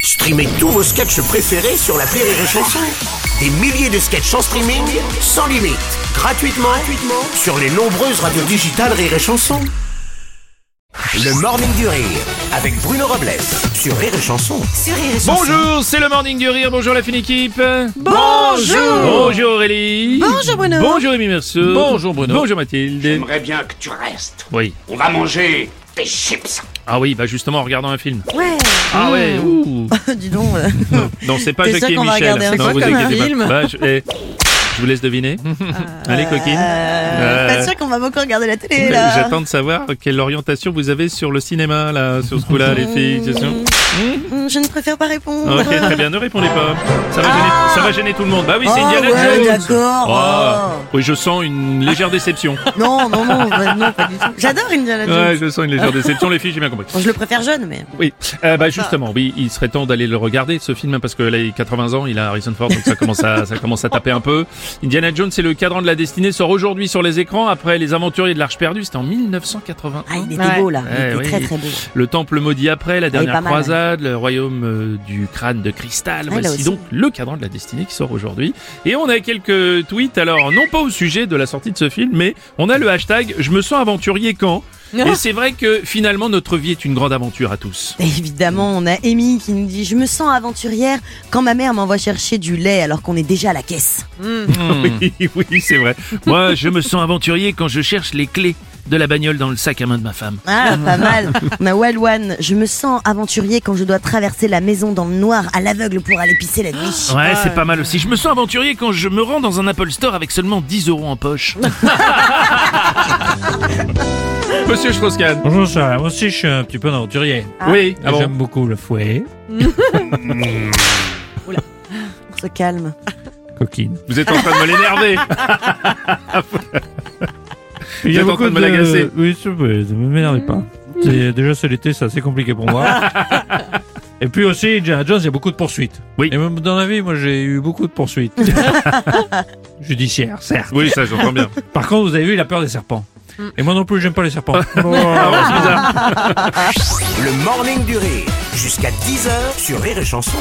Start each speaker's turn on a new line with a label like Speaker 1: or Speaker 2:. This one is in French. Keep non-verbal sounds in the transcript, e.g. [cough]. Speaker 1: Streamez tous vos sketchs préférés sur la Rire et Chanson. Des milliers de sketchs en streaming, sans limite, gratuitement, gratuitement sur les nombreuses radios digitales Rire et Chanson. Le Morning du Rire avec Bruno Robles sur Rire et Chanson.
Speaker 2: Bonjour, c'est le morning du rire. Bonjour la fine équipe.
Speaker 3: Bonjour
Speaker 2: Bonjour Aurélie.
Speaker 3: Bonjour Bruno
Speaker 2: Bonjour Rémi Merceau.
Speaker 4: Bonjour, Bruno.
Speaker 2: Bonjour Mathilde.
Speaker 5: J'aimerais bien que tu restes.
Speaker 2: Oui.
Speaker 5: On va manger des chips.
Speaker 2: Ah oui, bah justement en regardant un film.
Speaker 3: Ouais
Speaker 2: Ah ouais. Ouh.
Speaker 3: [laughs] Dis donc euh,
Speaker 2: [laughs] Non, c'est pas
Speaker 3: T'es sûr
Speaker 2: Jackie et
Speaker 3: qu'on va
Speaker 2: Michel.
Speaker 3: regarder un
Speaker 2: non,
Speaker 3: film
Speaker 2: vous
Speaker 3: comme un
Speaker 2: inquiétez pas.
Speaker 3: film
Speaker 2: Bah, je, eh, je vous laisse deviner. Allez coquine.
Speaker 3: euh,
Speaker 2: Euh,
Speaker 3: Pas sûr qu'on va beaucoup regarder la télé là
Speaker 2: J'attends de savoir quelle orientation vous avez sur le cinéma là, sur ce coup-là, les filles. C'est sûr
Speaker 3: Hmm, Je ne préfère pas répondre Oh,
Speaker 2: Ok, très bien. Ne répondez pas. Ça va, gêner, ça va gêner tout le monde. Bah oui, c'est
Speaker 3: Ah
Speaker 2: Indiana
Speaker 3: ouais,
Speaker 2: Jones.
Speaker 3: d'accord. Oh.
Speaker 2: Ah. Oui, je sens une légère
Speaker 3: [laughs]
Speaker 2: déception.
Speaker 3: Non, non, non, bah, non, pas du tout J'adore Indiana Jones
Speaker 2: Ouais, je sens une
Speaker 3: Ah.
Speaker 2: légère déception, les filles, j'ai bien compris.
Speaker 3: Bon, Je le préfère jeune mais...
Speaker 2: Oui, Euh,
Speaker 3: Ah.
Speaker 2: bah justement, oui, il serait temps d'aller le regarder ce film hein, parce que là, il a 80 ans, il a Harrison Ford, donc ça commence à ça commence à taper un peu. Indiana Jones, c'est le cadran de la destinée, sort aujourd'hui sur les écrans après Les Aventuriers de l'Arche perdue, c'était en 1980.
Speaker 3: Ah il était
Speaker 4: Ouais.
Speaker 3: beau là Il
Speaker 2: Ouais,
Speaker 3: était
Speaker 2: Eh oui.
Speaker 3: très très beau
Speaker 2: Le temple maudit après, la dernière
Speaker 3: Ah pas mal,
Speaker 2: croisade, le royaume euh, du crâne de cristal.
Speaker 3: Ah, là
Speaker 2: Voici
Speaker 3: aussi.
Speaker 2: donc le cadran de la destinée qui sort aujourd'hui. Et on a quelques tweets, alors non pas au sujet de la sortie de ce film, mais on a le hashtag Je me sens aventurier quand.
Speaker 3: [laughs]
Speaker 2: Et c'est vrai que finalement notre vie est une grande aventure à tous.
Speaker 3: Et Évidemment, on a Amy qui nous dit Je me sens aventurière quand ma mère m'envoie chercher du lait alors qu'on est déjà à la caisse.
Speaker 2: Oui, [laughs] oui, c'est vrai. Hmm. Moi, je me sens aventurier quand je cherche les clés de la bagnole dans le sac à main de ma femme.
Speaker 3: Ah,
Speaker 2: [laughs]
Speaker 3: pas mal. On a Walwan Je me sens aventurier quand je dois traverser la maison dans le noir à l'aveugle pour aller pisser
Speaker 2: [gasps]
Speaker 3: la nuit.
Speaker 2: Ouais, c'est pas mal aussi. Je me sens aventurier quand je me rends dans un Apple Store avec seulement 10 euros en [laughs] poche. Monsieur Strauss-Kahn.
Speaker 4: Bonjour, ça. Moi aussi, je suis un petit peu un aventurier.
Speaker 2: Oui, ah
Speaker 4: Et J'aime beaucoup le fouet,
Speaker 3: On se calme.
Speaker 4: coquine.
Speaker 2: Vous êtes en train de me [laughs] l'énerver.
Speaker 4: Il y
Speaker 2: êtes en train de me l'agacer. Mm.
Speaker 4: Oui, c'est vrai, ne m'énervez pas. C'est- Déjà, c'est l'été, c'est assez compliqué
Speaker 2: [laughs]
Speaker 4: pour moi. Et puis aussi, Indiana Jones, il y a beaucoup de poursuites.
Speaker 2: Oui.
Speaker 4: Et même dans la vie, moi, j'ai eu beaucoup de poursuites.
Speaker 2: [laughs]
Speaker 4: Judiciaires, certes.
Speaker 2: Oui, ça, j'entends bien.
Speaker 4: Par contre, vous avez vu, il a peur des serpents.
Speaker 2: Mm.
Speaker 4: Et moi non plus, j'aime pas
Speaker 2: [laughs]
Speaker 4: les serpents.
Speaker 2: Ah
Speaker 1: Le Morning du Rire jusqu'à 10h sur Rire et Chanson.